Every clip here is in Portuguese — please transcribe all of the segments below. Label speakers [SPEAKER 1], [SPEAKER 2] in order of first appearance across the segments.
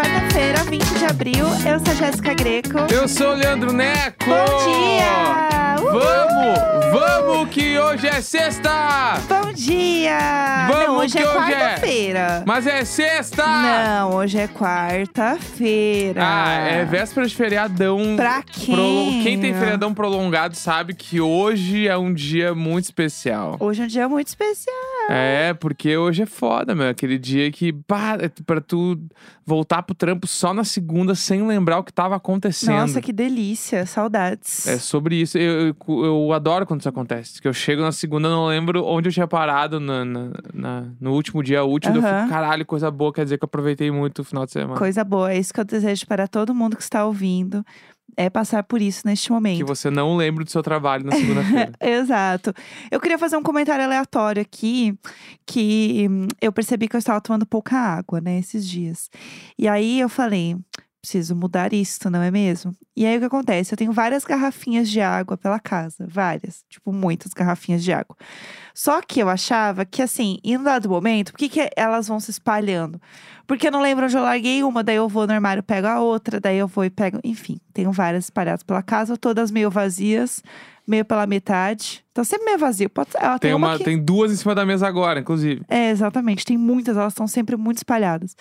[SPEAKER 1] um é de abril. Eu sou a Jéssica Greco.
[SPEAKER 2] Eu sou o Leandro Neco!
[SPEAKER 1] Bom dia! Uhul!
[SPEAKER 2] Vamos, vamos que hoje é sexta!
[SPEAKER 1] Bom dia!
[SPEAKER 2] Vamos
[SPEAKER 1] Não, hoje
[SPEAKER 2] que
[SPEAKER 1] é
[SPEAKER 2] hoje é.
[SPEAKER 1] quarta-feira.
[SPEAKER 2] Mas é sexta!
[SPEAKER 1] Não, hoje é quarta-feira.
[SPEAKER 2] Ah, é véspera de feriadão.
[SPEAKER 1] Pra quem?
[SPEAKER 2] Pro- Quem tem feriadão prolongado sabe que hoje é um dia muito especial.
[SPEAKER 1] Hoje é um dia muito especial.
[SPEAKER 2] É, porque hoje é foda, meu. Aquele dia que, pá, é pra tu voltar pro trampo só na segunda sem lembrar o que tava acontecendo.
[SPEAKER 1] Nossa, que delícia. Saudades.
[SPEAKER 2] É sobre isso. Eu, eu, eu adoro quando isso acontece. Que eu chego na segunda, não lembro onde eu tinha parado na, na- na- no último dia útil. daí Eu
[SPEAKER 1] Aham.
[SPEAKER 2] fico, caralho, coisa boa. Quer dizer que eu aproveitei muito o final de semana.
[SPEAKER 1] Coisa boa. É isso que eu desejo para todo mundo que está ouvindo. É passar por isso neste momento.
[SPEAKER 2] Que você não lembra do seu trabalho na segunda-feira.
[SPEAKER 1] Exato. Eu queria fazer um comentário aleatório aqui, que hum, eu percebi que eu estava tomando pouca água, né, esses dias. E aí eu falei, preciso mudar isso, não é mesmo? E aí o que acontece? Eu tenho várias garrafinhas de água pela casa, várias, tipo muitas garrafinhas de água. Só que eu achava que assim, em um dado momento, por que, que elas vão se espalhando? Porque eu não lembro onde eu larguei uma, daí eu vou no armário, pego a outra, daí eu vou e pego, enfim, tenho várias espalhadas pela casa, todas meio vazias meio pela metade. Então sempre meio vazio. Pode ser. Ah, tem,
[SPEAKER 2] tem,
[SPEAKER 1] uma,
[SPEAKER 2] uma,
[SPEAKER 1] que-
[SPEAKER 2] tem duas em cima da mesa agora, inclusive.
[SPEAKER 1] É, exatamente. Tem muitas, elas estão sempre muito espalhadas.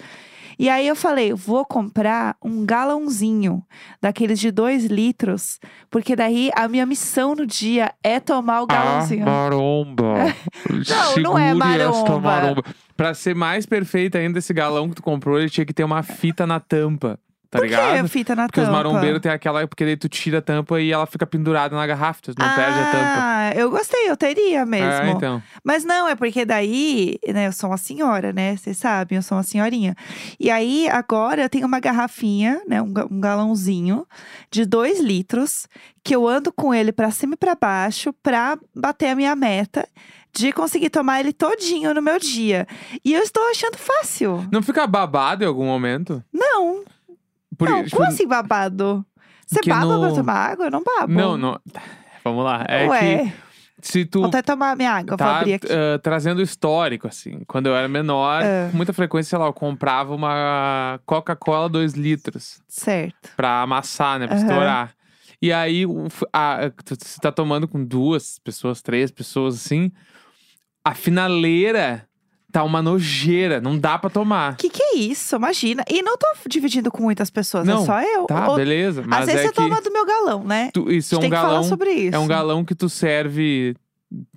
[SPEAKER 1] E aí eu falei, vou comprar um galãozinho daqueles de dois litros, porque daí a minha missão no dia é tomar o
[SPEAKER 2] Ah,
[SPEAKER 1] galãozinho.
[SPEAKER 2] maromba.
[SPEAKER 1] Não, não é Segure esta maromba. maromba.
[SPEAKER 2] Pra ser mais perfeito ainda, esse galão que tu comprou, ele tinha que ter uma fita na tampa. Tá
[SPEAKER 1] Por
[SPEAKER 2] ligado?
[SPEAKER 1] que fita na
[SPEAKER 2] Porque os
[SPEAKER 1] tampa?
[SPEAKER 2] marombeiros tem aquela, porque daí tu tira a tampa e ela fica pendurada na garrafa, tu não perde a tampa.
[SPEAKER 1] Ah, eu gostei, eu teria mesmo.
[SPEAKER 2] É, então.
[SPEAKER 1] Mas não, é porque daí, né, eu sou uma senhora, né? Vocês sabem, eu sou uma senhorinha. E aí, agora eu tenho uma garrafinha, né? Um, ga- um galãozinho de dois litros, que eu ando com ele pra cima e pra baixo pra bater a minha meta de conseguir tomar ele todinho no meu dia. E eu estou achando fácil.
[SPEAKER 2] Não fica babado em algum momento?
[SPEAKER 1] Não,
[SPEAKER 2] Por-
[SPEAKER 1] não,
[SPEAKER 2] tipo,
[SPEAKER 1] como assim babado? Você
[SPEAKER 2] Porque
[SPEAKER 1] baba
[SPEAKER 2] no-
[SPEAKER 1] pra tomar água? Eu não babo.
[SPEAKER 2] Não, não. Tá, Vamos lá. É
[SPEAKER 1] é Ué,
[SPEAKER 2] que se tu
[SPEAKER 1] vou até tomar minha água, vou
[SPEAKER 2] tá
[SPEAKER 1] abrir aqui.
[SPEAKER 2] ah, trazendo histórico, assim. Quando eu era menor,
[SPEAKER 1] É.
[SPEAKER 2] com muita frequência, sei lá, eu comprava uma Coca-Cola 2 litros.
[SPEAKER 1] Certo.
[SPEAKER 2] pra amassar, né? Pra
[SPEAKER 1] Aham.
[SPEAKER 2] estourar. E aí, o f- a- a- tu- tu- você tá tomando com duas pessoas, três pessoas, assim. A finaleira tá uma nojeira, não dá pra tomar.
[SPEAKER 1] O que, que é isso? Imagina. E não tô dividindo com muitas pessoas,
[SPEAKER 2] Não,
[SPEAKER 1] é só eu.
[SPEAKER 2] Tá,
[SPEAKER 1] Ou-
[SPEAKER 2] beleza. Mas
[SPEAKER 1] Às vezes
[SPEAKER 2] é
[SPEAKER 1] você
[SPEAKER 2] que
[SPEAKER 1] toma do meu galão, né?
[SPEAKER 2] tu- isso
[SPEAKER 1] A
[SPEAKER 2] é
[SPEAKER 1] gente tem
[SPEAKER 2] um
[SPEAKER 1] que
[SPEAKER 2] galão.
[SPEAKER 1] falar sobre isso.
[SPEAKER 2] É um galão que tu serve.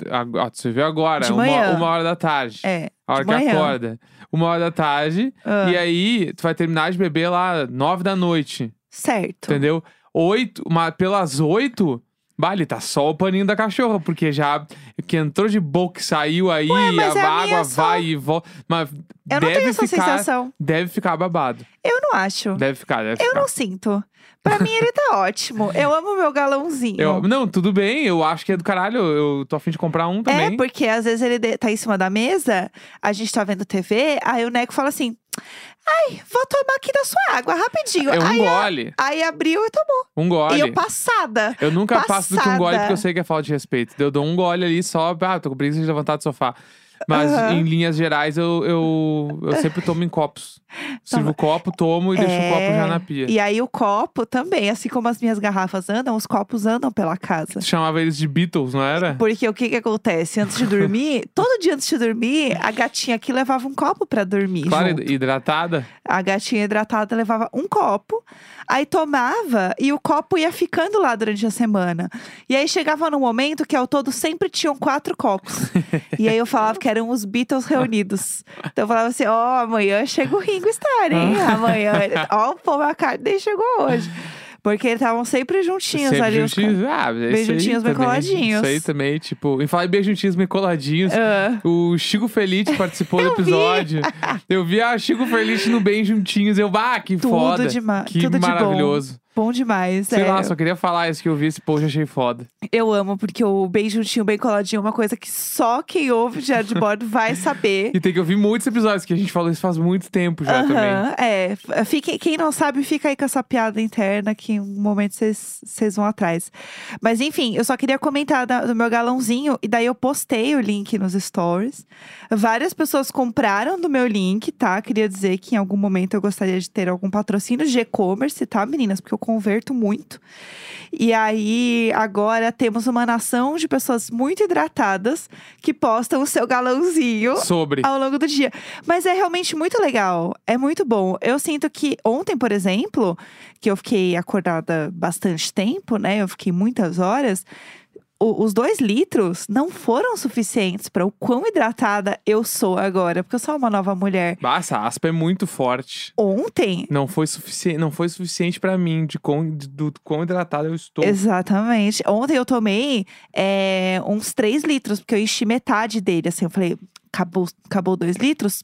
[SPEAKER 2] ag- Ó, tu serve agora,
[SPEAKER 1] De
[SPEAKER 2] uma,
[SPEAKER 1] manhã.
[SPEAKER 2] uma hora da tarde.
[SPEAKER 1] É.
[SPEAKER 2] a hora
[SPEAKER 1] de
[SPEAKER 2] que
[SPEAKER 1] manhã.
[SPEAKER 2] acorda. Uma hora da tarde.
[SPEAKER 1] Ah,
[SPEAKER 2] E aí, tu vai terminar de beber lá nove da noite.
[SPEAKER 1] Certo.
[SPEAKER 2] Entendeu? Oito, uma, pelas oito, vale, tá só o paninho da cachorra, porque já que entrou de boca, e saiu aí,
[SPEAKER 1] mas
[SPEAKER 2] a
[SPEAKER 1] é a minha
[SPEAKER 2] água
[SPEAKER 1] só.
[SPEAKER 2] vai e volta. Mas
[SPEAKER 1] Eu não
[SPEAKER 2] deve
[SPEAKER 1] tenho essa
[SPEAKER 2] ficar,
[SPEAKER 1] sensação.
[SPEAKER 2] deve ficar babado.
[SPEAKER 1] Eu não acho.
[SPEAKER 2] Deve ficar, deve
[SPEAKER 1] Eu
[SPEAKER 2] ficar.
[SPEAKER 1] não sinto. Pra mim, ele tá ótimo. Eu amo meu galãozinho.
[SPEAKER 2] Eu- não, tudo bem, eu acho que é do caralho. Eu tô afim de comprar um também.
[SPEAKER 1] É, porque às vezes ele de- tá em cima da mesa, a gente tá vendo TV, aí o Neco fala assim: Ai, vou tomar aqui da sua água rapidinho.
[SPEAKER 2] É um
[SPEAKER 1] aí, a-
[SPEAKER 2] gole.
[SPEAKER 1] aí abriu e tomou.
[SPEAKER 2] Um gole.
[SPEAKER 1] E eu passada.
[SPEAKER 2] Eu nunca passo do que um gole
[SPEAKER 1] Passada.
[SPEAKER 2] porque eu sei que é falta de respeito. Eu dou um gole ali só, ah, tô com preguiça de levantar do sofá. Mas
[SPEAKER 1] Aham.
[SPEAKER 2] em linhas gerais eu, eu, eu sempre tomo em copos. Sirvo o copo, tomo e deixo o copo
[SPEAKER 1] É.
[SPEAKER 2] já na pia.
[SPEAKER 1] E aí o copo também, assim como as minhas garrafas andam, os copos andam pela casa.
[SPEAKER 2] Tu chamava eles de Beatles, não era?
[SPEAKER 1] Porque o que que acontece? Antes de dormir, todo dia antes de dormir, a gatinha aqui levava um copo pra dormir.
[SPEAKER 2] Claro,
[SPEAKER 1] junto.
[SPEAKER 2] hidratada.
[SPEAKER 1] A gatinha hidratada levava um copo, aí tomava e o copo ia ficando lá durante a semana. E aí chegava num momento que ao todo sempre tinham quatro copos. e aí eu falava que eram os Beatles reunidos. Então eu falava assim: ó, amanhã chega o Ringo Starr, hein?
[SPEAKER 2] Ah.
[SPEAKER 1] Amanhã. ele- tá, Ó, o Paul McCartney chegou hoje. Porque eles estavam sempre juntinhos
[SPEAKER 2] Sempre
[SPEAKER 1] ali. os
[SPEAKER 2] juntinhos. Ah, isso aí
[SPEAKER 1] Beijuntinhos bem
[SPEAKER 2] também.
[SPEAKER 1] coladinhos.
[SPEAKER 2] Isso aí também, tipo, em falar em beijuntinhos bem coladinhos.
[SPEAKER 1] Ah.
[SPEAKER 2] O Chico Feliz participou do
[SPEAKER 1] Eu vi.
[SPEAKER 2] episódio. Eu vi a Chico Feliz no Bem Juntinhos. Eu, ah, que
[SPEAKER 1] Tudo
[SPEAKER 2] foda.
[SPEAKER 1] de ma-
[SPEAKER 2] que
[SPEAKER 1] tudo de bom.
[SPEAKER 2] maravilhoso.
[SPEAKER 1] Bom demais.
[SPEAKER 2] Sei
[SPEAKER 1] é.
[SPEAKER 2] lá, só queria falar isso que eu vi esse post e achei foda.
[SPEAKER 1] Eu amo, porque o bem juntinho, bem coladinho é uma coisa que só quem ouve de de bordo vai saber.
[SPEAKER 2] E tem que ouvir muitos episódios, que a gente falou isso faz muito tempo já também.
[SPEAKER 1] Aham, é. F- Fique, quem não sabe, fica aí com essa piada interna que em um momento vocês vocês vão atrás. Mas enfim, eu só queria comentar da- do meu galãozinho, e daí eu postei o link nos stories. Várias pessoas compraram do meu link, tá? Queria dizer que em algum momento eu gostaria de ter algum patrocínio de e-commerce, tá, meninas? Porque eu converto muito. E aí, agora temos uma nação de pessoas muito hidratadas que postam o seu galãozinho
[SPEAKER 2] Sobre.
[SPEAKER 1] ao longo do dia. Mas é realmente muito legal. É muito bom. Eu sinto que ontem, por exemplo, que eu fiquei acordada bastante tempo, né? Eu fiquei muitas horas. o- os dois litros não foram suficientes para o quão hidratada eu sou agora, porque eu sou uma nova mulher.
[SPEAKER 2] Ah, essa aspa é muito forte.
[SPEAKER 1] Ontem.
[SPEAKER 2] Não foi, sufici... não foi suficiente pra mim de quão, de- do quão hidratado eu estou.
[SPEAKER 1] Exatamente. Ontem eu tomei é, uns 3 litros, porque eu enchi metade dele. Assim, eu falei, acabou, acabou 2 litros?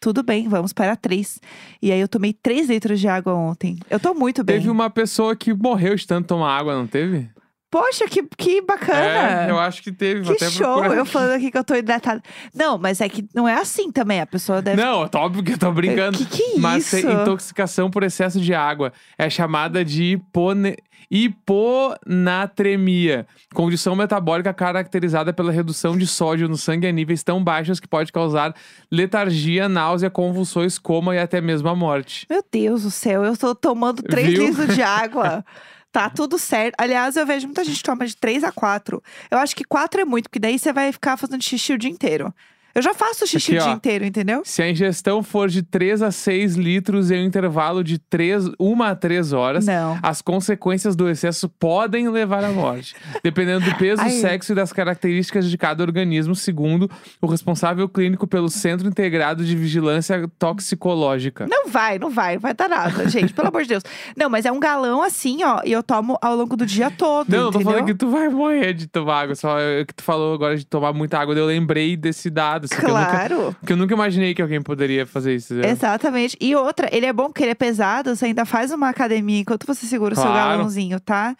[SPEAKER 1] Tudo bem, vamos para 3. E aí eu tomei 3 litros de água ontem. Eu tô muito bem.
[SPEAKER 2] Teve um uma pessoa que morreu de tanto tomar água, não teve?
[SPEAKER 1] Poxa, que, que bacana!
[SPEAKER 2] É, eu acho que teve. vou
[SPEAKER 1] Que
[SPEAKER 2] até
[SPEAKER 1] show!
[SPEAKER 2] procurar
[SPEAKER 1] Eu
[SPEAKER 2] aqui.
[SPEAKER 1] falando aqui que eu tô hidratada. Não, mas é que não é assim também. A pessoa deve.
[SPEAKER 2] Não, tá óbvio que eu tô brincando.
[SPEAKER 1] Que que é
[SPEAKER 2] Mas
[SPEAKER 1] isso?
[SPEAKER 2] intoxicação por excesso de água é chamada de hipone... hiponatremia, condição metabólica caracterizada pela redução de sódio no sangue a níveis tão baixos que pode causar letargia, náusea, convulsões, coma e até mesmo a morte.
[SPEAKER 1] Meu Deus do céu, eu tô tomando 3
[SPEAKER 2] Viu?
[SPEAKER 1] litros de água. Tá tudo certo. Aliás, eu vejo muita gente que toma de 3 a 4. Eu acho que 4 é muito, porque daí você vai ficar fazendo xixi o dia inteiro. Eu já faço xixi
[SPEAKER 2] Aqui,
[SPEAKER 1] o dia
[SPEAKER 2] ó.
[SPEAKER 1] inteiro, entendeu?
[SPEAKER 2] Se a ingestão for de 3 a 6 litros em um intervalo de 3, 1 a 3 horas,
[SPEAKER 1] Não.
[SPEAKER 2] As consequências do excesso podem levar à morte, dependendo do peso,
[SPEAKER 1] Ai.
[SPEAKER 2] sexo e das características de cada organismo, segundo o responsável clínico pelo Centro Integrado de Vigilância Toxicológica.
[SPEAKER 1] Não vai, não vai, não vai dar nada, gente, pelo amor de Deus. Não, mas é um galão assim, ó, e eu tomo ao longo do dia todo.
[SPEAKER 2] Não, eu tô
[SPEAKER 1] entendeu?
[SPEAKER 2] falando que tu vai morrer de tomar água. Só é que tu falou agora de tomar muita água, daí eu lembrei desse dado. assim, que eu nunca-
[SPEAKER 1] Claro.
[SPEAKER 2] Que eu nunca imaginei que alguém poderia fazer isso. né?
[SPEAKER 1] Exatamente. E outra, ele é bom porque ele é pesado, você ainda faz uma academia enquanto você segura o seu
[SPEAKER 2] Claro.
[SPEAKER 1] galãozinho, tá?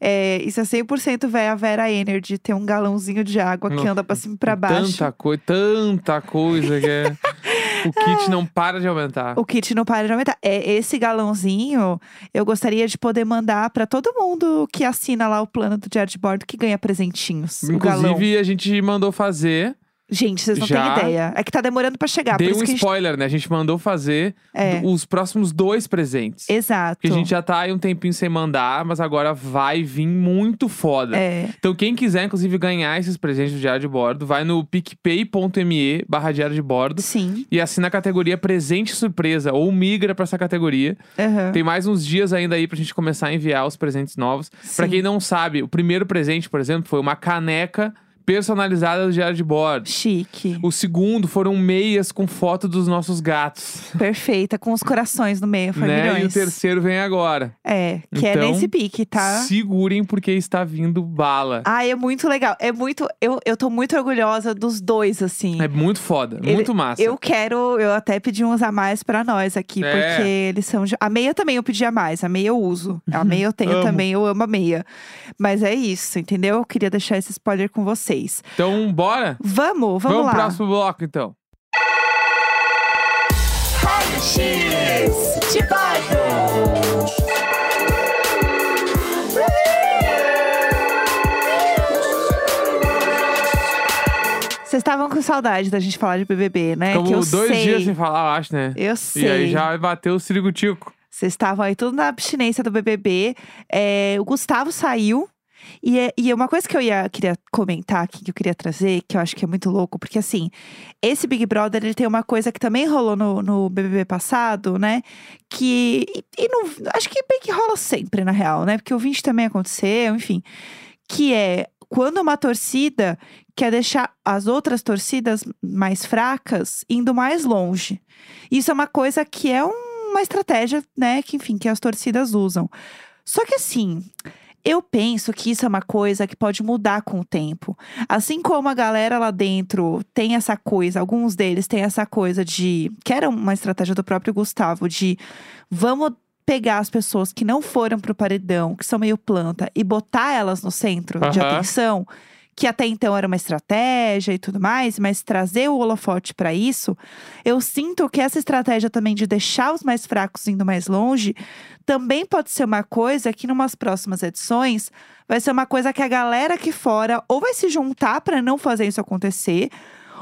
[SPEAKER 1] É, isso é 100% véia Vera Energy, ter um galãozinho de água que
[SPEAKER 2] Não,
[SPEAKER 1] anda pra cima e pra baixo.
[SPEAKER 2] Tanta coisa, tanta coisa que é. o kit não para de aumentar.
[SPEAKER 1] O kit não para de aumentar. É, esse galãozinho, eu gostaria de poder mandar pra todo mundo que assina lá o plano do Diário de Bordo, que ganha presentinhos. o galão.
[SPEAKER 2] Inclusive, a gente mandou fazer.
[SPEAKER 1] Gente, vocês não
[SPEAKER 2] já-
[SPEAKER 1] têm ideia. É que tá demorando pra chegar,
[SPEAKER 2] Dei
[SPEAKER 1] por isso
[SPEAKER 2] um
[SPEAKER 1] que a gente...
[SPEAKER 2] spoiler, né? A gente mandou fazer
[SPEAKER 1] É.
[SPEAKER 2] do- os próximos dois presentes.
[SPEAKER 1] Exato.
[SPEAKER 2] Porque a gente já tá aí um tempinho sem mandar, mas agora vai vir muito foda.
[SPEAKER 1] É,
[SPEAKER 2] Então, quem quiser, inclusive, ganhar esses presentes do Diário de Bordo, vai no picpay.me barra Diário de Bordo
[SPEAKER 1] sim.
[SPEAKER 2] e assina a categoria Presente Surpresa, ou migra pra essa categoria.
[SPEAKER 1] aham,
[SPEAKER 2] Tem mais uns dias ainda aí pra gente começar a enviar os presentes novos. Pra
[SPEAKER 1] sim.
[SPEAKER 2] quem não sabe, o primeiro presente, por exemplo, foi uma caneca personalizada do Diário de Bordo.
[SPEAKER 1] Chique.
[SPEAKER 2] O segundo foram meias com foto dos nossos gatos.
[SPEAKER 1] Perfeita, com os corações no meio, foi
[SPEAKER 2] né? E o
[SPEAKER 1] milhões.
[SPEAKER 2] terceiro vem agora.
[SPEAKER 1] É, que é
[SPEAKER 2] Então,
[SPEAKER 1] nesse pique, tá?
[SPEAKER 2] Segurem porque está vindo bala.
[SPEAKER 1] Ah, é muito legal. É muito. Eu, eu tô muito orgulhosa dos dois, assim.
[SPEAKER 2] É muito foda,
[SPEAKER 1] Ele-
[SPEAKER 2] muito massa.
[SPEAKER 1] Eu quero, eu até pedi uns a mais pra nós aqui,
[SPEAKER 2] É.
[SPEAKER 1] porque eles são. de- A meia também eu pedi a mais, a meia eu uso. A meia eu tenho
[SPEAKER 2] Uhum. Amo.
[SPEAKER 1] também, eu amo a meia. Mas é isso, entendeu? Eu queria deixar esse spoiler com vocês.
[SPEAKER 2] Então, bora?
[SPEAKER 1] Vamos, vamos, lá.
[SPEAKER 2] pro próximo bloco, então.
[SPEAKER 1] de Vocês estavam com saudade da gente falar de BBB, né?
[SPEAKER 2] Ficamos
[SPEAKER 1] que eu
[SPEAKER 2] dois
[SPEAKER 1] sei.
[SPEAKER 2] dias sem falar, eu acho, né?
[SPEAKER 1] Eu
[SPEAKER 2] E aí
[SPEAKER 1] sei.
[SPEAKER 2] já bateu o cirigutico.
[SPEAKER 1] Vocês estavam aí tudo na abstinência do BBB. É, o Gustavo saiu. E, é- e uma coisa que eu ia, queria comentar aqui, que eu queria trazer, que eu acho que é muito louco, porque assim, esse Big Brother, ele tem uma coisa que também rolou no, no BBB passado, né? Que. E, e não, acho que bem que rola sempre, na real, né? Porque o 20 também aconteceu, enfim. Que é quando uma torcida quer deixar as outras torcidas mais fracas indo mais longe. Isso é uma coisa que é um uma estratégia, né, que enfim, que as torcidas usam. Só que assim, eu penso que isso é uma coisa que pode mudar com o tempo. Assim como a galera lá dentro tem essa coisa, alguns deles têm essa coisa de, que era uma estratégia do próprio Gustavo de vamos pegar as pessoas que não foram pro paredão, que são meio planta, e botar elas no centro de
[SPEAKER 2] Aham.
[SPEAKER 1] atenção, que até então era uma estratégia e tudo mais, mas trazer o holofote pra isso, eu sinto que essa estratégia também de deixar os mais fracos indo mais longe, também pode ser uma coisa que, numas próximas edições, vai ser uma coisa que a galera aqui fora ou vai se juntar pra não fazer isso acontecer,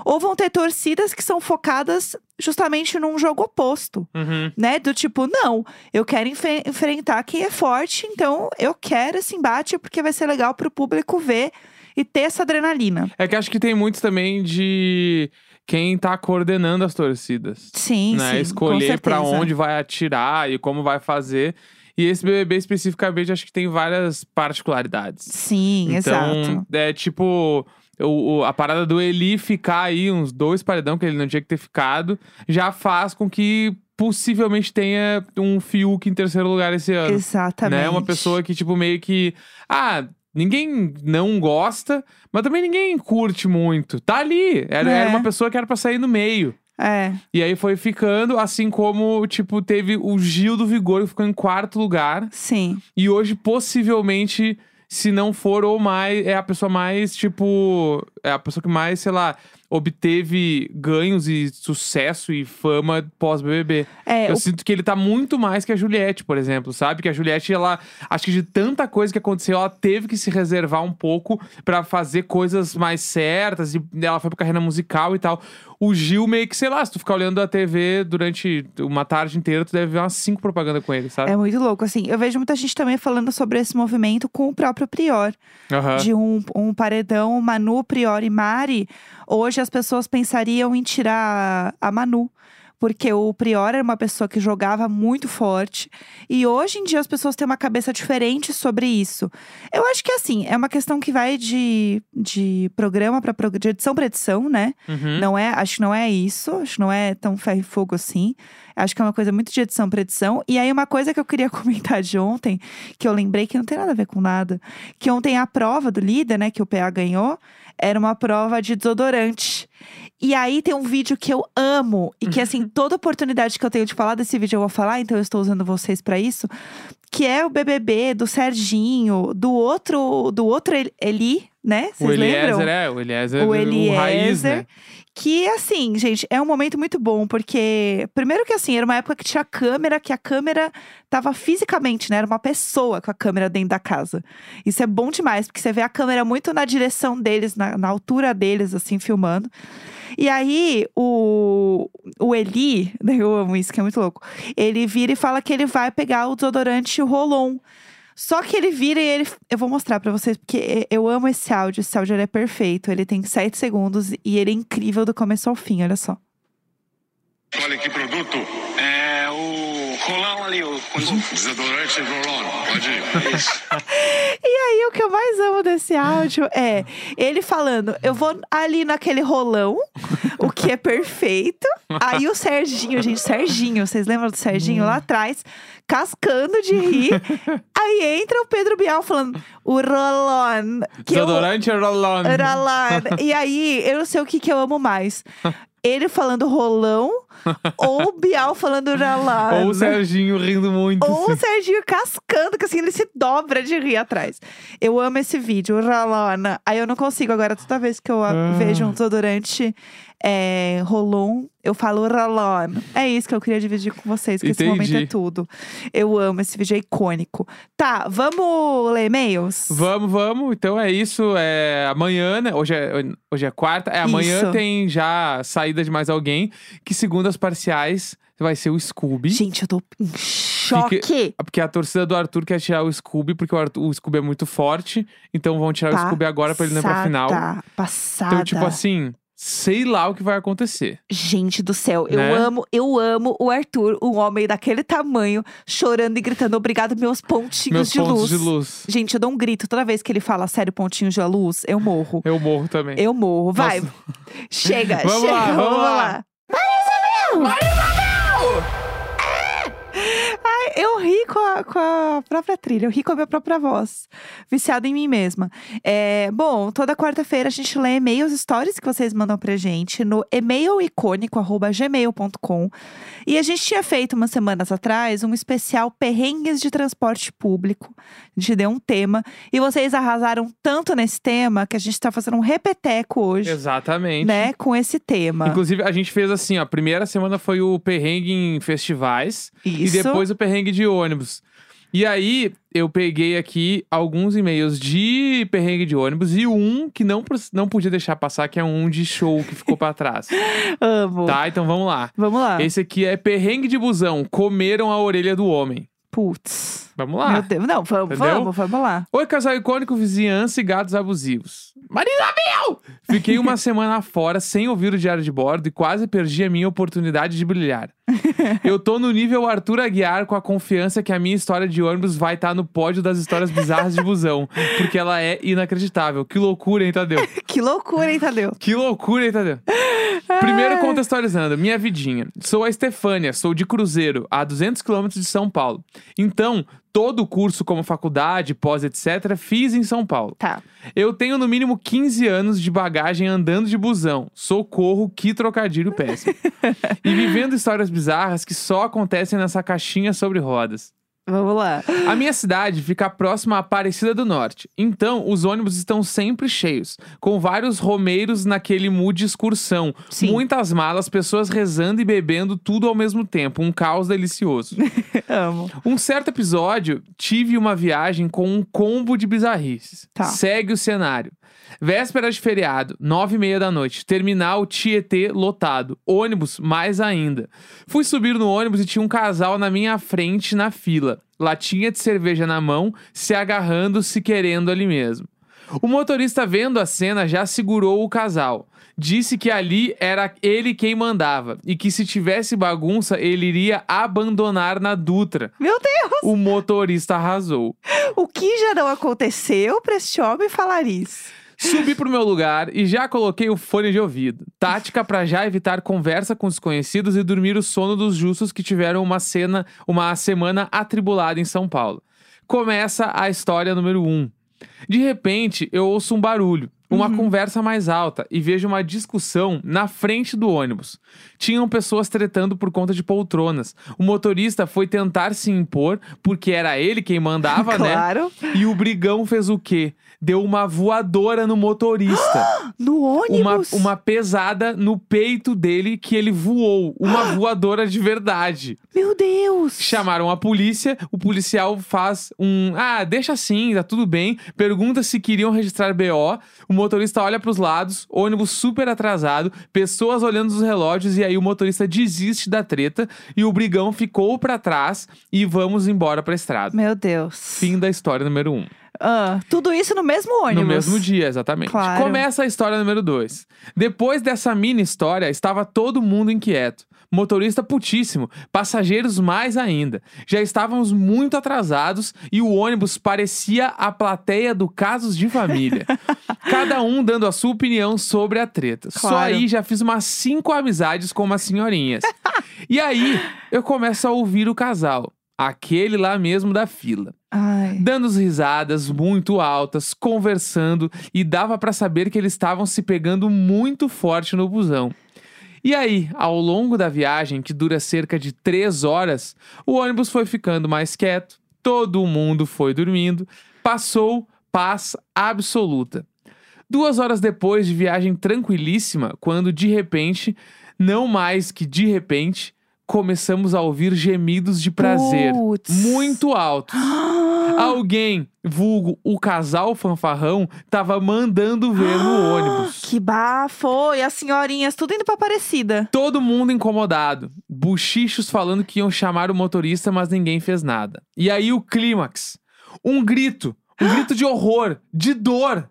[SPEAKER 1] ou vão ter torcidas que são focadas justamente num jogo oposto
[SPEAKER 2] Uhum.
[SPEAKER 1] né? Do tipo, não, eu quero enfe- enfrentar quem é forte, então eu quero esse embate porque vai ser legal pro público ver e ter essa adrenalina.
[SPEAKER 2] É que acho que tem muitos também de quem tá coordenando as torcidas.
[SPEAKER 1] Sim,
[SPEAKER 2] né?
[SPEAKER 1] sim.
[SPEAKER 2] Escolher
[SPEAKER 1] com
[SPEAKER 2] pra
[SPEAKER 1] certeza.
[SPEAKER 2] onde vai atirar e como vai fazer. E esse BBB especificamente acho que tem várias particularidades.
[SPEAKER 1] Sim,
[SPEAKER 2] então,
[SPEAKER 1] exato.
[SPEAKER 2] é tipo. o- o- a parada do Eli ficar aí uns dois paredão que ele não tinha que ter ficado já faz com que possivelmente tenha um Fiuk em terceiro lugar esse ano.
[SPEAKER 1] Exatamente.
[SPEAKER 2] Né? Uma pessoa que, tipo, meio que. Ah, ninguém não gosta, mas também ninguém curte muito. Tá ali. Era,
[SPEAKER 1] É.
[SPEAKER 2] era uma pessoa que era pra sair no meio.
[SPEAKER 1] É,
[SPEAKER 2] E aí foi ficando, assim como, tipo, teve o Gil do Vigor que ficou em quarto lugar.
[SPEAKER 1] sim.
[SPEAKER 2] E hoje, possivelmente, se não for ou mais, é a pessoa mais, tipo. É a pessoa que mais, sei lá, obteve ganhos e sucesso e fama pós-BBB.
[SPEAKER 1] É,
[SPEAKER 2] Eu
[SPEAKER 1] o-
[SPEAKER 2] sinto que ele tá muito mais que a Juliette, por exemplo, sabe? Que a Juliette, ela. Acho que de tanta coisa que aconteceu, ela teve que se reservar um pouco pra fazer coisas mais certas. E ela foi pra carreira musical e tal. O Gil meio que, sei lá, se tu ficar olhando a TV durante uma tarde inteira, tu deve ver umas cinco propagandas com ele, sabe?
[SPEAKER 1] é muito louco, assim. Eu vejo muita gente também falando sobre esse movimento com o próprio Prior.
[SPEAKER 2] Aham.
[SPEAKER 1] De um, um paredão, Manu, Prior e Mari. Hoje as pessoas pensariam em tirar a Manu. Porque o Prior era uma pessoa que jogava muito forte. E hoje em dia as pessoas têm uma cabeça diferente sobre isso. Eu acho que assim, é uma questão que vai de, de programa para programa, de edição para edição, né?
[SPEAKER 2] Uhum.
[SPEAKER 1] Não é, acho que não é isso, acho que não é tão ferro e fogo assim. Acho que é uma coisa muito de edição para edição. E aí uma coisa que eu queria comentar de ontem, que eu lembrei que não tem nada a ver com nada, que ontem a prova do líder, né, que o PA ganhou, era uma prova de desodorante. E aí tem um vídeo que eu amo e que
[SPEAKER 2] Uhum.
[SPEAKER 1] assim, toda oportunidade que eu tenho de falar desse vídeo eu vou falar, então eu estou usando vocês para isso, que é o BBB do Serginho, do outro, do outro El- Eli, né?
[SPEAKER 2] O
[SPEAKER 1] Vocês lembram?
[SPEAKER 2] Eliezer é, o Eliezer,
[SPEAKER 1] O
[SPEAKER 2] raiz, né?
[SPEAKER 1] Eliezer. Que, assim, gente, é um momento muito bom, porque. Primeiro que assim, era uma época que tinha câmera, que a câmera tava fisicamente, né? Era uma pessoa com a câmera dentro da casa. Isso é bom demais, porque você vê a câmera muito na direção deles, na, na altura deles, assim, filmando. E aí, o, o Eli, né, eu amo isso, que é muito louco. Ele vira e fala que ele vai pegar o desodorante Rolon. Só que ele vira e ele. Eu vou mostrar pra vocês, porque eu amo esse áudio. Esse áudio ele é perfeito. Ele tem 7 segundos e ele é incrível do começo ao fim, olha só.
[SPEAKER 3] Olha que produto.
[SPEAKER 4] É o rolão ali, o É coisa.
[SPEAKER 3] Desodorante é Rolon. Pode ir.
[SPEAKER 1] E aí, o que eu mais amo desse áudio é ele falando: eu vou ali naquele rolão, o que é perfeito. Aí o Serginho, gente, Serginho, vocês lembram do Serginho lá atrás, cascando de rir. Aí entra o Pedro Bial falando: o rolão. que eu-
[SPEAKER 2] Desodorante é Rolon.
[SPEAKER 1] Era lá. E aí, eu não sei o que, que eu amo mais. Ele falando rolão ou o Bial falando ralá.
[SPEAKER 2] Ou o Serginho rindo muito.
[SPEAKER 1] Ou o
[SPEAKER 2] assim.
[SPEAKER 1] Serginho cascando, que assim, ele se dobra de rir atrás. Eu amo esse vídeo, Ralana. Aí eu não consigo agora, toda vez que eu a-
[SPEAKER 2] Ah.
[SPEAKER 1] vejo um desodorante é, Rolon, eu falo Ralon. É isso que eu queria dividir com vocês, que esse momento é
[SPEAKER 2] Entendi.
[SPEAKER 1] tudo. Eu amo, esse vídeo é icônico. Tá, vamos ler e-mails?
[SPEAKER 2] Vamos, vamos. Então é isso. É amanhã, né? Hoje é, hoje é quarta. É, amanhã
[SPEAKER 1] Isso.
[SPEAKER 2] tem já a saída de mais alguém. Que segundo as parciais, vai ser o Scooby.
[SPEAKER 1] Gente, eu tô em choque.
[SPEAKER 2] Porque a torcida do Arthur quer tirar o Scooby, porque o, Arthur- o Scooby é muito forte. Então vão tirar o Scooby agora pra ele não ir pra final.
[SPEAKER 1] Passada, Passada.
[SPEAKER 2] Então, tipo assim, sei lá o que vai acontecer.
[SPEAKER 1] Gente do céu, eu
[SPEAKER 2] Né?
[SPEAKER 1] amo, eu amo o Arthur, um homem daquele tamanho, chorando e gritando obrigado meus pontinhos
[SPEAKER 2] Meus
[SPEAKER 1] de luz.
[SPEAKER 2] pontos de luz.
[SPEAKER 1] Gente, eu dou um grito toda vez que ele fala sério pontinhos de luz, eu morro.
[SPEAKER 2] Eu morro também.
[SPEAKER 1] Eu morro, vai.
[SPEAKER 2] Nossa.
[SPEAKER 1] Chega,
[SPEAKER 2] Vamos
[SPEAKER 1] chega,
[SPEAKER 2] lá, vamos lá.
[SPEAKER 1] Vai, Isabel! Vai, Isabel! Ai, eu ri com a, com a própria trilha, eu ri com a minha própria voz. Viciada em mim mesma. É, bom, toda quarta-feira a gente lê e-mails, stories que vocês mandam pra gente no e-mailicônico.gmail.com. E a gente tinha feito umas semanas atrás um especial Perrengues de Transporte Público. A gente deu um tema. E vocês arrasaram tanto nesse tema que a gente tá fazendo um repeteco hoje,
[SPEAKER 2] Exatamente.
[SPEAKER 1] né? Com esse tema.
[SPEAKER 2] Inclusive, a gente fez assim, ó. A primeira semana foi o perrengue em festivais.
[SPEAKER 1] Isso.
[SPEAKER 2] E depois o perrengue de ônibus. E aí, eu peguei aqui alguns e-mails de perrengue de ônibus e um que não, pros- não podia deixar passar, que é um de show que ficou pra trás.
[SPEAKER 1] Amo.
[SPEAKER 2] Tá? Então vamos lá.
[SPEAKER 1] Vamos lá.
[SPEAKER 2] Esse aqui é perrengue de busão. Comeram a orelha do homem.
[SPEAKER 1] Putz.
[SPEAKER 2] Vamos lá.
[SPEAKER 1] Meu Deus. Não, vamos,
[SPEAKER 2] Entendeu?
[SPEAKER 1] vamos, vamos lá.
[SPEAKER 2] Oi, casal icônico, vizinhança e gatos abusivos. Marina Mel! Fiquei uma semana fora sem ouvir o diário de bordo e quase perdi a minha oportunidade de brilhar. Eu tô no nível Arthur Aguiar com a confiança que a minha história de ônibus vai estar no pódio das histórias bizarras de busão, porque ela é inacreditável. Que loucura, hein, Tadeu?
[SPEAKER 1] Que loucura, hein, Tadeu?
[SPEAKER 2] Que loucura, hein, Tadeu? Primeiro contextualizando, minha vidinha. Sou a Estefânia, sou de Cruzeiro, a 200 quilômetros de São Paulo. Então, todo o curso como faculdade, pós, etc, fiz em São Paulo.
[SPEAKER 1] Tá.
[SPEAKER 2] Eu tenho no mínimo 15 anos de bagagem andando de busão. Socorro, que trocadilho péssimo. e vivendo histórias bizarras que só acontecem nessa caixinha sobre rodas.
[SPEAKER 1] Vamos lá.
[SPEAKER 2] A minha cidade fica próxima à Aparecida do Norte, então os ônibus estão sempre cheios, com vários romeiros naquele mood de excursão.
[SPEAKER 1] Sim.
[SPEAKER 2] Muitas malas, pessoas rezando e bebendo tudo ao mesmo tempo, um caos delicioso.
[SPEAKER 1] Amo.
[SPEAKER 2] um certo episódio, tive uma viagem com um combo de bizarrices.
[SPEAKER 1] Tá.
[SPEAKER 2] Segue o cenário. Véspera de feriado, nove e meia da noite, terminal Tietê lotado, ônibus mais ainda. Fui subir no ônibus e tinha um casal na minha frente na fila, latinha de cerveja na mão, se agarrando, se querendo ali mesmo. O motorista vendo a cena já segurou o casal. Disse que ali era ele quem mandava e que se tivesse bagunça ele iria abandonar na Dutra.
[SPEAKER 1] Meu Deus,
[SPEAKER 2] O motorista arrasou.
[SPEAKER 1] o que já não aconteceu pra este homem falar isso?
[SPEAKER 2] Subi pro meu lugar e já coloquei o fone de ouvido. Tática pra já evitar conversa com desconhecidos e dormir o sono dos justos que tiveram uma cena, uma semana atribulada em São Paulo. Começa a história número 1. Um. De repente, eu ouço um barulho, uma conversa mais alta e vejo uma discussão na frente do ônibus. Tinham pessoas tretando por conta de poltronas. O motorista foi tentar se impor porque era ele quem mandava, né?
[SPEAKER 1] claro.
[SPEAKER 2] E o brigão fez o quê? Deu uma voadora no motorista.
[SPEAKER 1] No
[SPEAKER 2] uma,
[SPEAKER 1] ônibus.
[SPEAKER 2] uma pesada no peito dele que ele voou. Uma voadora de verdade.
[SPEAKER 1] Meu Deus.
[SPEAKER 2] Chamaram a polícia, o policial faz um. Ah, deixa assim, tá tudo bem. Pergunta se queriam registrar BO. O motorista olha pros lados, ônibus super atrasado, pessoas olhando os relógios, e aí o motorista desiste da treta e o brigão ficou pra trás e vamos embora pra estrada.
[SPEAKER 1] Meu Deus.
[SPEAKER 2] Fim da história número um.
[SPEAKER 1] Ah, tudo isso no mesmo ônibus.
[SPEAKER 2] No mesmo dia, exatamente.
[SPEAKER 1] Claro.
[SPEAKER 2] Começa a história número 2. Depois dessa mini história, estava todo mundo inquieto. Motorista putíssimo, passageiros mais ainda. Já estávamos muito atrasados e o ônibus parecia a plateia do Casos de Família. Cada um dando a sua opinião sobre a treta. Só
[SPEAKER 1] Claro.
[SPEAKER 2] aí já fiz umas cinco amizades com umas senhorinhas. e aí eu começo a ouvir o casal, aquele lá mesmo da fila
[SPEAKER 1] Ai.
[SPEAKER 2] dando risadas muito altas, conversando e dava pra saber que eles estavam se pegando muito forte no busão. E aí, ao longo da viagem, que dura cerca de três horas, o ônibus foi ficando mais quieto, todo mundo foi dormindo, passou paz absoluta. Duas horas depois de viagem tranquilíssima, quando de repente, não mais que de repente, começamos a ouvir gemidos de prazer
[SPEAKER 1] Putz.
[SPEAKER 2] muito altos. Alguém, vulgo o casal fanfarrão, tava mandando ver no ônibus.
[SPEAKER 1] Ah, Que bafo. E as senhorinhas tudo indo pra Aparecida.
[SPEAKER 2] Todo mundo incomodado. Buchichos falando que iam chamar o motorista, mas ninguém fez nada. E aí o clímax. Um grito. Um grito de horror, de dor.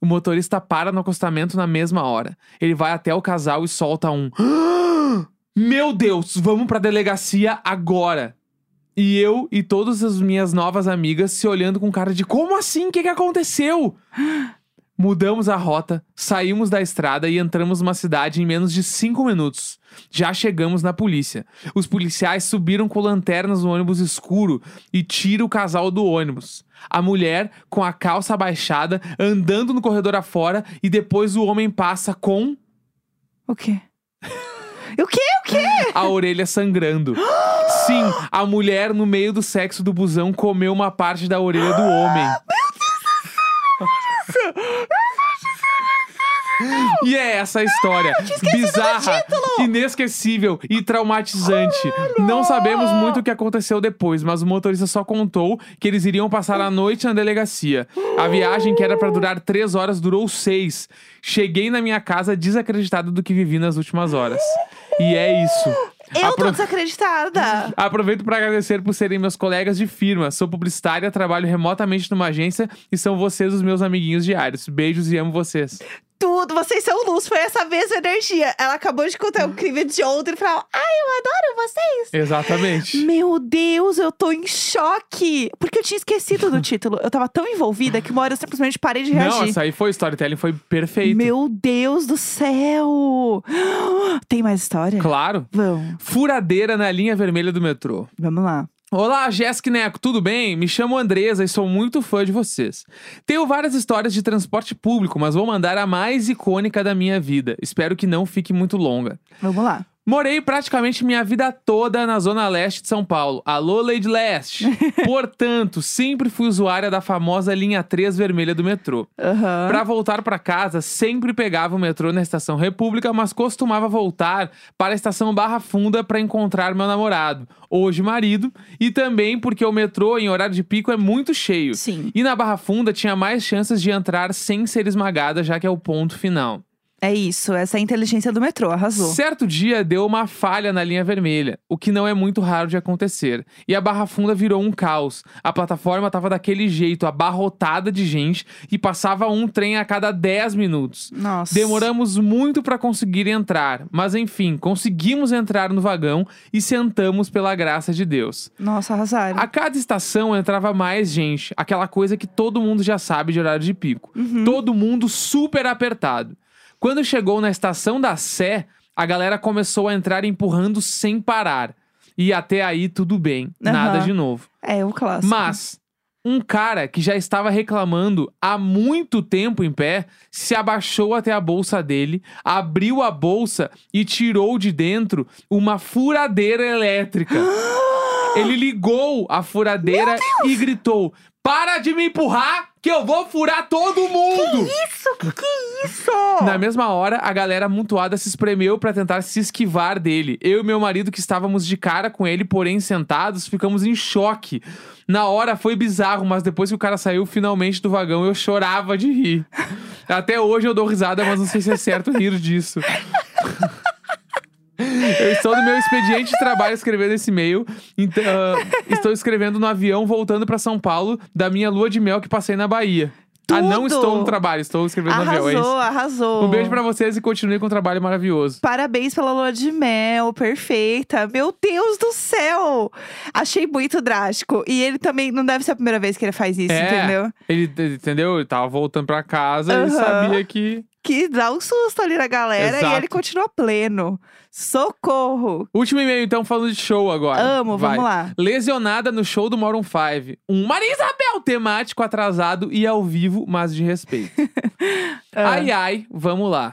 [SPEAKER 2] O motorista para no acostamento na mesma hora. Ele vai até o casal e solta um. Meu Deus, vamos pra delegacia agora. E eu e todas as minhas novas amigas se olhando com cara de como assim? O que, que aconteceu? Mudamos a rota, saímos da estrada e entramos numa cidade em menos de cinco minutos. Já chegamos na polícia. Os policiais subiram com lanternas no ônibus escuro e tira o casal do ônibus. A mulher, com a calça abaixada, andando no corredor afora e depois o homem passa com
[SPEAKER 1] O quê? o quê? O quê?
[SPEAKER 2] a orelha sangrando. Sim, a mulher no meio do sexo do busão comeu uma parte da orelha do homem. E é essa a história. Bizarra, inesquecível e traumatizante. Não sabemos muito o que aconteceu depois, mas o motorista só contou que eles iriam passar a noite na delegacia. A viagem, que era pra durar três horas, durou seis. Cheguei na minha casa desacreditado do que vivi nas últimas horas. E é isso.
[SPEAKER 1] Eu
[SPEAKER 2] Apro-
[SPEAKER 1] tô desacreditada.
[SPEAKER 2] Aproveito para agradecer por serem meus colegas de firma. Sou publicitária, trabalho remotamente numa agência e são vocês os meus amiguinhos diários. Beijos e amo vocês.
[SPEAKER 1] Tudo, vocês são luz, foi essa mesma energia. Ela acabou de contar o crime de ontem e falou: Ai, eu adoro vocês.
[SPEAKER 2] Exatamente.
[SPEAKER 1] Meu Deus, eu tô em choque. Porque eu tinha esquecido do título. Eu tava tão envolvida que uma hora eu simplesmente parei de reagir.
[SPEAKER 2] Não, essa aí foi storytelling, foi perfeito.
[SPEAKER 1] Meu Deus do céu! Tem mais história?
[SPEAKER 2] Claro.
[SPEAKER 1] Vamos,
[SPEAKER 2] Furadeira na linha vermelha do metrô.
[SPEAKER 1] vamos lá.
[SPEAKER 2] Olá, Jéssica e Neco, tudo bem? Me chamo Andresa e sou muito fã de vocês. Tenho várias histórias de transporte público, mas vou mandar a mais icônica da minha vida. Espero que não fique muito longa.
[SPEAKER 1] Vamos lá.
[SPEAKER 2] Morei praticamente minha vida toda na zona leste de São Paulo. Alô, Lady Leste! Portanto, sempre fui usuária da famosa linha 3 vermelha do metrô.
[SPEAKER 1] Aham.
[SPEAKER 2] Pra voltar pra casa, sempre pegava o metrô na Estação República, mas costumava voltar para a Estação Barra Funda pra encontrar meu namorado, hoje marido, e também porque o metrô em horário de pico é muito cheio.
[SPEAKER 1] Sim,
[SPEAKER 2] E na Barra Funda tinha mais chances de entrar sem ser esmagada, já que é o ponto final.
[SPEAKER 1] é isso. Essa é a inteligência do metrô, arrasou.
[SPEAKER 2] Certo dia deu uma falha na linha vermelha, o que não é muito raro de acontecer. E a Barra Funda virou um caos. A plataforma tava daquele jeito, abarrotada de gente, e passava um trem a cada 10 minutos.
[SPEAKER 1] Nossa.
[SPEAKER 2] Demoramos muito para conseguir entrar, mas enfim, conseguimos entrar no vagão e sentamos pela graça de Deus.
[SPEAKER 1] Nossa, arrasaram.
[SPEAKER 2] A cada estação entrava mais gente, aquela coisa que todo mundo já sabe de horário de pico. Todo mundo super apertado. Quando chegou na estação da Sé, a galera começou a entrar empurrando sem parar. E até aí tudo bem, nada
[SPEAKER 1] Aham.
[SPEAKER 2] de novo.
[SPEAKER 1] É, o clássico.
[SPEAKER 2] Mas um cara que já estava reclamando há muito tempo em pé se abaixou até a bolsa dele, abriu a bolsa e tirou de dentro uma furadeira elétrica. Ele ligou a furadeira e gritou: Para de me empurrar, que eu vou furar todo mundo!
[SPEAKER 1] Isso, que que isso?
[SPEAKER 2] Na mesma hora, a galera amontoada se espremeu pra tentar se esquivar dele. Eu e meu marido, que estávamos de cara com ele, porém sentados, ficamos em choque. Na hora foi bizarro, mas depois que o cara saiu finalmente do vagão, eu chorava de rir. Até hoje eu dou risada, mas não sei se é certo rir disso. Eu estou no meu expediente de trabalho escrevendo esse e-mail. Então, ah, estou escrevendo no avião voltando pra São Paulo da minha lua de mel que passei na Bahia. Ah, não
[SPEAKER 1] Tudo!
[SPEAKER 2] estou no trabalho, estou escrevendo no avião, é isso.
[SPEAKER 1] Arrasou, arrasou.
[SPEAKER 2] Um beijo pra vocês e continue com o trabalho maravilhoso.
[SPEAKER 1] Parabéns pela lua de mel, perfeita. Meu Deus do céu! Achei muito drástico. E ele também, não deve ser a primeira vez que ele faz isso,
[SPEAKER 2] É.
[SPEAKER 1] entendeu?
[SPEAKER 2] Ele, ele- entendeu? Ele tava voltando pra casa e
[SPEAKER 1] Aham.
[SPEAKER 2] sabia que.
[SPEAKER 1] Que dá um susto ali na galera
[SPEAKER 2] Exato.
[SPEAKER 1] e ele continua pleno. Socorro!
[SPEAKER 2] Último e-mail, então, falando de show agora.
[SPEAKER 1] Amo,
[SPEAKER 2] Vai.
[SPEAKER 1] vamos lá.
[SPEAKER 2] Lesionada no show do Moron 5. Um Maria Isabel temático atrasado e ao vivo, mas de respeito.
[SPEAKER 1] É. Ah,
[SPEAKER 2] Ai, ai, vamos lá.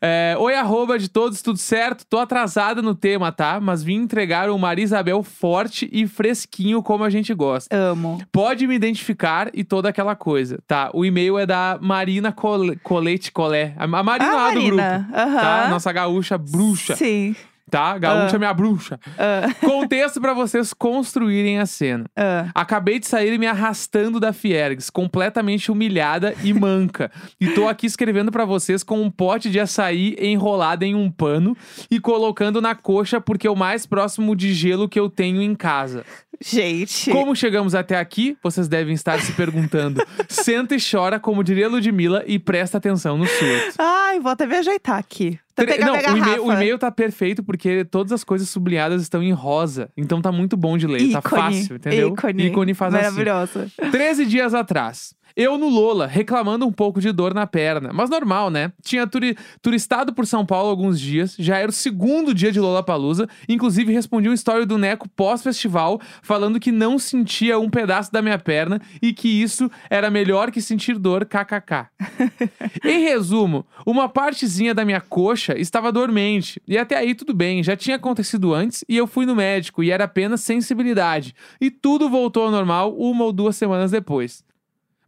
[SPEAKER 2] É, Oi, arroba de todos, tudo certo? Tô atrasada no tema, tá? Mas vim entregar um Maria Isabel forte e fresquinho como a gente gosta.
[SPEAKER 1] Amo.
[SPEAKER 2] Pode me identificar e toda aquela coisa, tá? O e-mail é da Marina Cole- Colete Colé. A a Marina
[SPEAKER 1] Ah,
[SPEAKER 2] lá do grupo.
[SPEAKER 1] Marina. aham.
[SPEAKER 2] Tá? Nossa gaúcha bruxa,
[SPEAKER 1] Sim.
[SPEAKER 2] tá? Gaúcha
[SPEAKER 1] Ah.
[SPEAKER 2] minha bruxa.
[SPEAKER 1] Ah,
[SPEAKER 2] Contexto pra vocês construírem a cena.
[SPEAKER 1] ah.
[SPEAKER 2] Acabei de sair me arrastando da Fiergs, completamente humilhada e manca. e tô aqui escrevendo pra vocês com um pote de açaí enrolado em um pano e colocando na coxa porque é o mais próximo de gelo que eu tenho em casa.
[SPEAKER 1] Gente.
[SPEAKER 2] Como chegamos até aqui, vocês devem estar se perguntando. Senta e chora, como diria Ludmilla, e presta atenção no surto.
[SPEAKER 1] Ai, vou até me ajeitar aqui. Até
[SPEAKER 2] Tre-
[SPEAKER 1] pegar
[SPEAKER 2] Não,
[SPEAKER 1] minha
[SPEAKER 2] o
[SPEAKER 1] Tá garrafa.
[SPEAKER 2] e-mail, o e-mail tá perfeito porque todas as coisas sublinhadas estão em rosa. Então tá muito bom de ler, tá
[SPEAKER 1] Ícone,
[SPEAKER 2] fácil, entendeu?
[SPEAKER 1] Ícone.
[SPEAKER 2] faz assim.
[SPEAKER 1] Maravilhosa.
[SPEAKER 2] 13 dias atrás. Eu no Lola, reclamando um pouco de dor na perna. Mas normal, né? Tinha turi- turistado por São Paulo alguns dias, já era o segundo dia de Lollapalooza. Inclusive, respondi um story do Neco pós-festival, falando que não sentia um pedaço da minha perna e que isso era melhor que sentir dor, kkk. Em resumo, uma partezinha da minha coxa estava dormente. E até aí tudo bem, já tinha acontecido antes e eu fui no médico e era apenas sensibilidade. E tudo voltou ao normal uma ou duas semanas depois.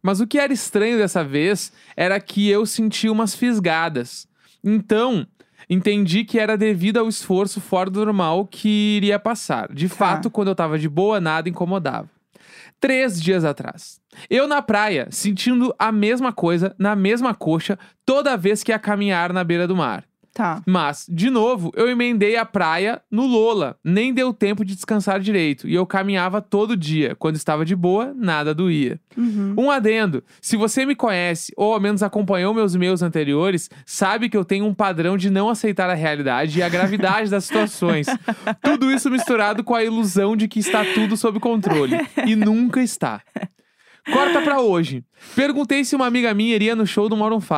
[SPEAKER 2] Mas o que era estranho dessa vez era que eu senti umas fisgadas. Então, entendi que era devido ao esforço fora do normal que iria passar. De
[SPEAKER 1] Tá.
[SPEAKER 2] fato, quando eu tava de boa, nada incomodava. Três dias atrás. Eu na praia, sentindo a mesma coisa, na mesma coxa, toda vez que ia caminhar na beira do mar.
[SPEAKER 1] Tá.
[SPEAKER 2] Mas, de novo, eu emendei a praia no Lola. Nem deu tempo de descansar direito. E eu caminhava todo dia. Quando estava de boa, nada doía.
[SPEAKER 1] Uhum.
[SPEAKER 2] Um adendo: se você me conhece ou ao menos acompanhou meus e-mails anteriores, sabe que eu tenho um padrão de não aceitar a realidade e a gravidade das situações. Tudo isso misturado com a ilusão de que está tudo sob controle. E nunca está. Corta pra hoje. Perguntei se uma amiga minha iria no show do Maroon 5.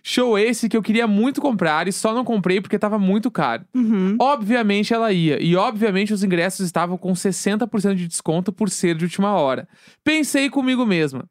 [SPEAKER 2] Show esse que eu queria muito comprar e só não comprei porque tava muito caro.
[SPEAKER 1] Uhum.
[SPEAKER 2] Obviamente ela ia, e obviamente os ingressos estavam com 60% de desconto por ser de última hora. Pensei comigo mesma.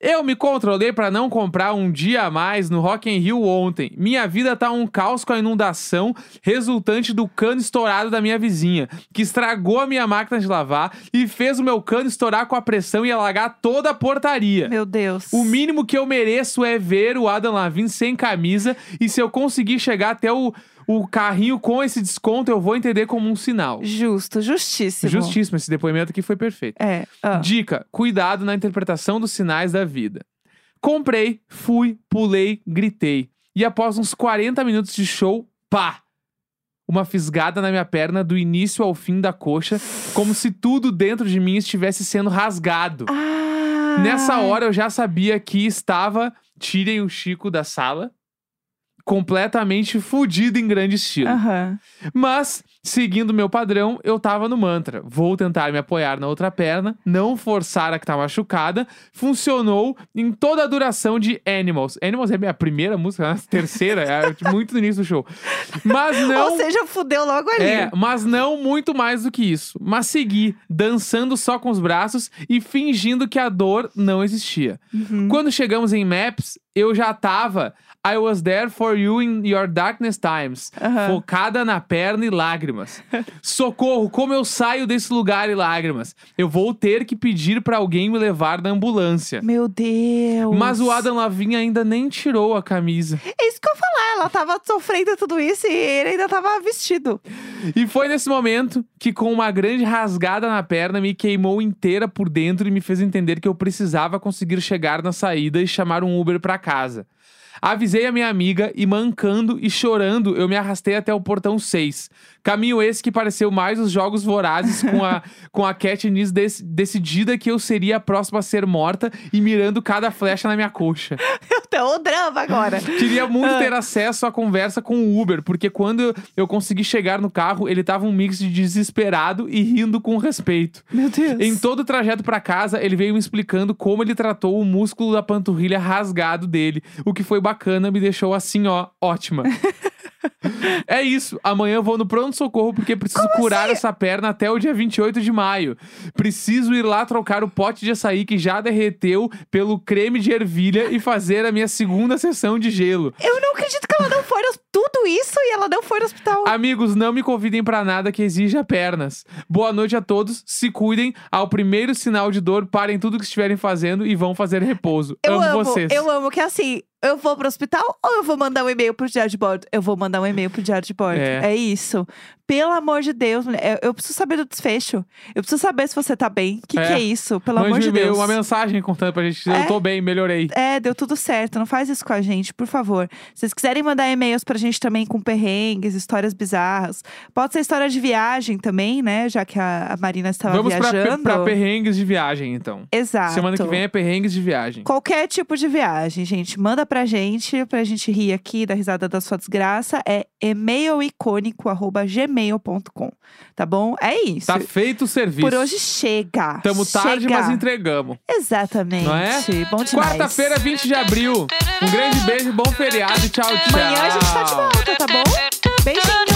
[SPEAKER 2] Eu me controlei pra não comprar um dia a mais no Rock in Rio ontem. Minha vida tá um caos com a inundação resultante do cano estourado da minha vizinha, que estragou a minha máquina de lavar e fez o meu cano estourar com a pressão e alagar toda a portaria.
[SPEAKER 1] Meu Deus.
[SPEAKER 2] É. O mínimo que eu mereço é ver o Adam Lavigne sem camisa. E se eu conseguir chegar até o, o carrinho com esse desconto, eu vou entender como um sinal.
[SPEAKER 1] Justo, justíssimo.
[SPEAKER 2] Justíssimo, esse depoimento aqui foi perfeito.
[SPEAKER 1] É. ah.
[SPEAKER 2] Dica: cuidado na interpretação dos sinais da vida. Comprei, fui, pulei, gritei. E após uns 40 minutos de show, pá! Uma fisgada na minha perna do início ao fim da coxa, como se tudo dentro de mim estivesse sendo rasgado.
[SPEAKER 1] Ah.
[SPEAKER 2] Nessa hora eu já sabia que estava, tirem o Chico da sala, completamente fudido em grande estilo.
[SPEAKER 1] Aham.
[SPEAKER 2] Mas, seguindo meu padrão, eu tava no mantra. Vou tentar me apoiar na outra perna, não forçar a que tá machucada. Funcionou em toda a duração de Animals. Animals é a minha primeira música, a terceira, é muito no início do show. Mas não.
[SPEAKER 1] Ou seja, fudeu logo ali.
[SPEAKER 2] Então, É, mas não muito mais do que isso. Mas segui, dançando só com os braços e fingindo que a dor não existia.
[SPEAKER 1] Uhum.
[SPEAKER 2] Quando chegamos em Maps, eu já tava I was there for you in your darkness times,
[SPEAKER 1] Aham.
[SPEAKER 2] focada na perna e lágrimas. Socorro, como eu saio desse lugar e lágrimas? Eu vou ter que pedir pra alguém me levar na ambulância.
[SPEAKER 1] Meu Deus.
[SPEAKER 2] Mas o Adam Lavigne ainda nem tirou a camisa.
[SPEAKER 1] É isso que eu ia falar. Ela tava sofrendo tudo isso e ele ainda tava vestido.
[SPEAKER 2] E foi nesse momento que, com uma grande rasgada na perna, me queimou inteira por dentro e me fez entender que eu precisava conseguir chegar na saída e chamar um Uber pra casa. Avisei a minha amiga e, mancando e chorando, eu me arrastei até o portão 6. Caminho esse que pareceu mais os jogos vorazes com a, com a Katniss dec- decidida que eu seria a próxima a ser morta e mirando cada flecha na minha coxa.
[SPEAKER 1] Então, o drama agora.
[SPEAKER 2] Queria muito ter acesso à conversa com o Uber, porque quando eu- eu consegui chegar no carro, ele tava um mix de desesperado e rindo com respeito.
[SPEAKER 1] Meu Deus.
[SPEAKER 2] Em todo o trajeto pra casa, ele veio me explicando como ele tratou o músculo da panturrilha rasgado dele, o que foi bacana, me deixou assim, ó, ótima. É isso. Amanhã eu vou no pronto-socorro porque preciso curar essa perna até o dia 28 de maio. Preciso ir lá trocar o pote de açaí que já derreteu pelo creme de ervilha e fazer a minha segunda sessão de gelo.
[SPEAKER 1] Eu não acredito que ela não foi no... tudo isso e ela não foi no hospital.
[SPEAKER 2] Amigos, não me convidem pra nada que exija pernas. Boa noite a todos. Se cuidem. Ao primeiro sinal de dor, parem tudo que estiverem fazendo e vão fazer repouso.
[SPEAKER 1] eu amo,
[SPEAKER 2] vocês.
[SPEAKER 1] eu amo que é assim, eu vou pro hospital ou eu vou mandar um e-mail pro diário de bordo? Eu vou mandar um e-mail pro diário de bordo.
[SPEAKER 2] É.
[SPEAKER 1] É, isso. Pelo amor de Deus, mulher, eu, eu preciso saber do desfecho. Eu preciso saber se você tá bem. O que,
[SPEAKER 2] É.
[SPEAKER 1] que é isso? Pelo
[SPEAKER 2] Mande
[SPEAKER 1] amor
[SPEAKER 2] um
[SPEAKER 1] de
[SPEAKER 2] e-mail,
[SPEAKER 1] Deus.
[SPEAKER 2] uma mensagem contando pra gente.
[SPEAKER 1] É.
[SPEAKER 2] Eu tô bem, melhorei.
[SPEAKER 1] É, deu tudo certo. Não faz isso com a gente, por favor. Se vocês quiserem mandar e-mails pra gente também com perrengues, histórias bizarras. Pode ser história de viagem também, né? Já que a, a Marina estava
[SPEAKER 2] Vamos pra, pe-
[SPEAKER 1] viajando.
[SPEAKER 2] pra perrengues de viagem, então.
[SPEAKER 1] Exato.
[SPEAKER 2] Semana que vem é perrengues de viagem.
[SPEAKER 1] Qualquer tipo de viagem, gente, manda pra gente, pra gente rir aqui da risada da sua desgraça. É e-mailicônico.gmail.com, tá bom? É isso.
[SPEAKER 2] Tá feito o serviço.
[SPEAKER 1] Por hoje chega.
[SPEAKER 2] Tamo tarde,
[SPEAKER 1] Chega.
[SPEAKER 2] mas entregamos.
[SPEAKER 1] Exatamente.
[SPEAKER 2] Não é?
[SPEAKER 1] Bom demais.
[SPEAKER 2] Quarta-feira, 20 de abril. Um grande beijo, bom feriado e tchau, tchau.
[SPEAKER 1] Amanhã a gente tá de volta, tá bom? Beijinhos.